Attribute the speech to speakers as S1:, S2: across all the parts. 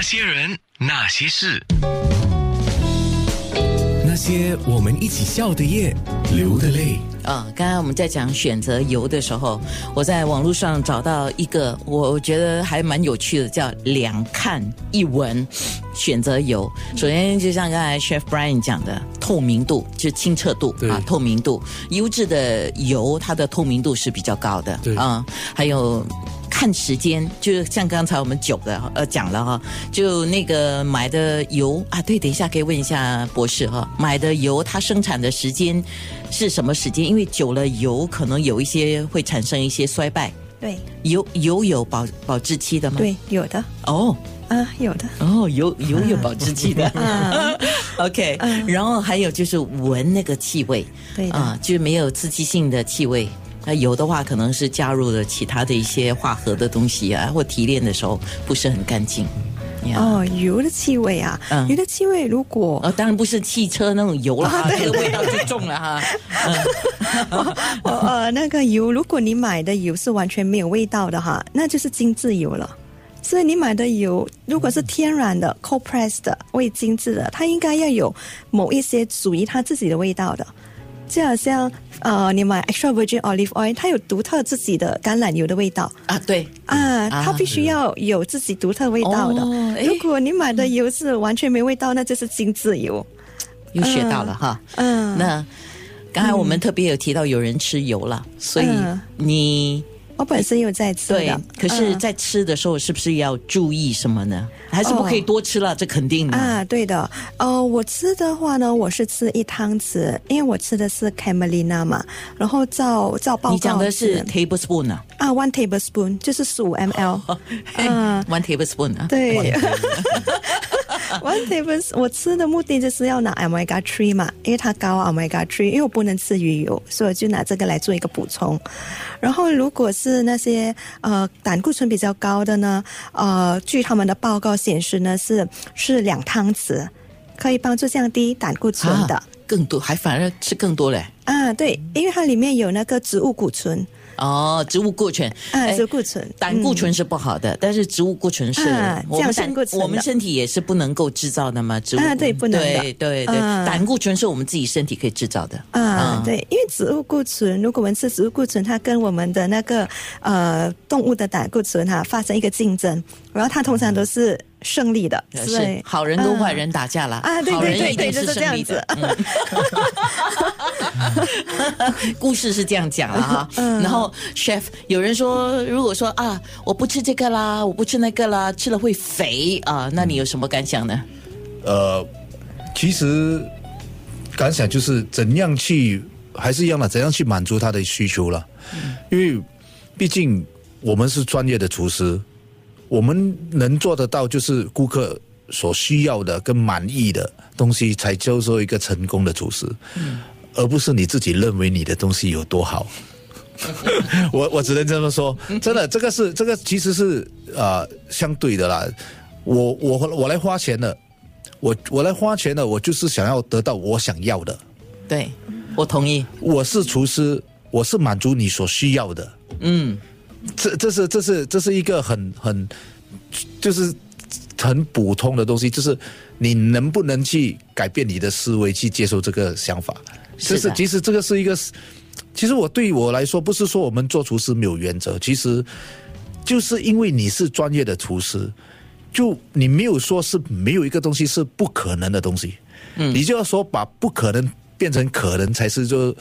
S1: 些人，那些事，
S2: 那些我们一起笑的夜，流的泪。
S3: 啊、刚才我们在讲选择油的时候，我在网络上找到一个我觉得还蛮有趣的，叫“两看一闻”选择油。首先，就像刚才 Chef Brian 讲的，透明度就是清澈度
S2: 对
S3: 啊，透明度，优质的油它的透明度是比较高的
S2: 对
S3: 啊、还有。看时间，就是像刚才我们九个呃讲了哈，就那个买的油啊，对，等一下可以问一下博士哈，买的油它生产的时间是什么时间？因为久了油可能有一些会产生一些衰败，
S4: 对
S3: 油油有保保质期的吗？，
S4: 对，有的
S3: 哦
S4: 啊，有的
S3: 哦，油油有保质期的。
S4: 啊，
S3: OK，、
S4: 嗯
S3: 然后还有就是闻那个气味，
S4: 对的
S3: 啊，就是没有刺激性的气味。那有的话，可能是加入了其他的一些化合的东西啊，或提炼的时候不是很干净。呀，
S4: 哦，油的气味啊
S3: 嗯，
S4: 油的气味如果
S3: 呃，当然不是汽车那种油了哈，
S4: 啊对
S3: 这个味道就重了哈。
S4: 我呃，那个油，如果你买的油是完全没有味道的哈，那就是精制油了。所以你买的油，如果是天然的、cold press 的、未精制的，它应该要有某一些属于它自己的味道的。就好像呃，你买 extra virgin olive oil，它有独特自己的橄榄油的味道
S3: 啊，对，
S4: 啊，
S3: 啊
S4: 它必须要有自己独特味道的。
S3: 哦诶
S4: 如果你买的油是完全没味道，那就是精制油。
S3: 又学到了哈。
S4: 嗯，
S3: 那刚才我们特别有提到有人吃油了，所以
S4: 嗯
S3: 你
S4: 我本身有在吃
S3: 对
S4: 的，，
S3: 可是，
S4: 嗯
S3: 在吃的时候是不是要注意什么呢？还是不可以多吃了？这肯定的。
S4: 哦啊，对的，呃，我吃的话呢，我是吃一汤匙，因为我吃的是 camelina 嘛，然后照照报告
S3: 你讲的是
S4: 吃
S3: tablespoon 啊
S4: 啊，one tablespoon 就是十五 ml，啊，
S3: 哎，one tablespoon 啊，
S4: 对 ，one tablespoon 我吃的目的就是要拿 omega three 嘛，因为它高 omega three，因为我不能吃鱼油，所以我就拿这个来做一个补充。然后如果是那些呃胆固醇比较高的呢，呃，据他们的报告显示呢是是两汤匙，可以帮助降低胆固醇的。
S3: 啊更多，还反而吃更多嘞。
S4: 啊，对，因为它里面有那个植物固醇，
S3: 哦，植物固醇，
S4: 啊，
S3: 哎
S4: 植物固醇，
S3: 胆固醇是不好的，但是植物固醇是、
S4: 啊
S3: 我们
S4: 降胆固醇的
S3: 我们身体也是不能够制造的嘛。植物
S4: 啊对不能的
S3: 对对对、
S4: 啊
S3: 胆固醇是我们自己身体可以制造的。嗯
S4: 啊，对，因为植物固醇，如果我们吃植物固醇，它跟我们的那个呃动物的胆固醇哈、发生一个竞争，然后它通常都是胜利的，所以
S3: 呃是好人跟
S4: 嗯
S3: 坏人打架啦，
S4: 啊对
S3: 好
S4: 对
S3: 人
S4: 对
S3: 一定
S4: 对就是这
S3: 胜利
S4: 样子
S3: 的。嗯 故事是这样讲了 哈，
S4: 嗯
S3: 然后 chef 有人说，如果说啊，我不吃这个啦，我不吃那个啦，吃了会肥啊，那你有什么感想呢？
S5: 呃，其实感想就是怎样去，还是一样的，怎样去满足他的需求了。因为毕竟我们是专业的厨师，我们能做得到就是顾客所需要的跟满意的东西，才叫做一个成功的厨师，而不是你自己认为你的东西有多好。我我只能这么说，真的，这个是这个其实是呃相对的啦。我我我来花钱了，我我来花钱了，我就是想要得到我想要的。
S3: 对，我同意。
S5: 我是厨师，我是满足你所需要的。
S3: 嗯，
S5: 这这是这是这是一个很很就是很普通的东西，就是你能不能去改变你的思维去接受这个想法？
S3: 是的
S5: 这是其实这个是一个，其实我对于我来说，不是说我们做厨师没有原则，其实就是因为你是专业的厨师，就你没有说是没有一个东西是不可能的东西，嗯，你就要说把不可能变成可能，才是就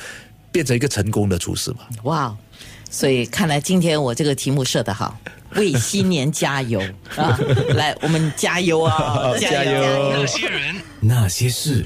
S5: 变成一个成功的厨师嘛。
S3: 哇哦，所以看来今天我这个题目设得 好，为新年加油啊！来，我们加油啊！
S5: 加油
S1: 那些人。
S2: 那些事。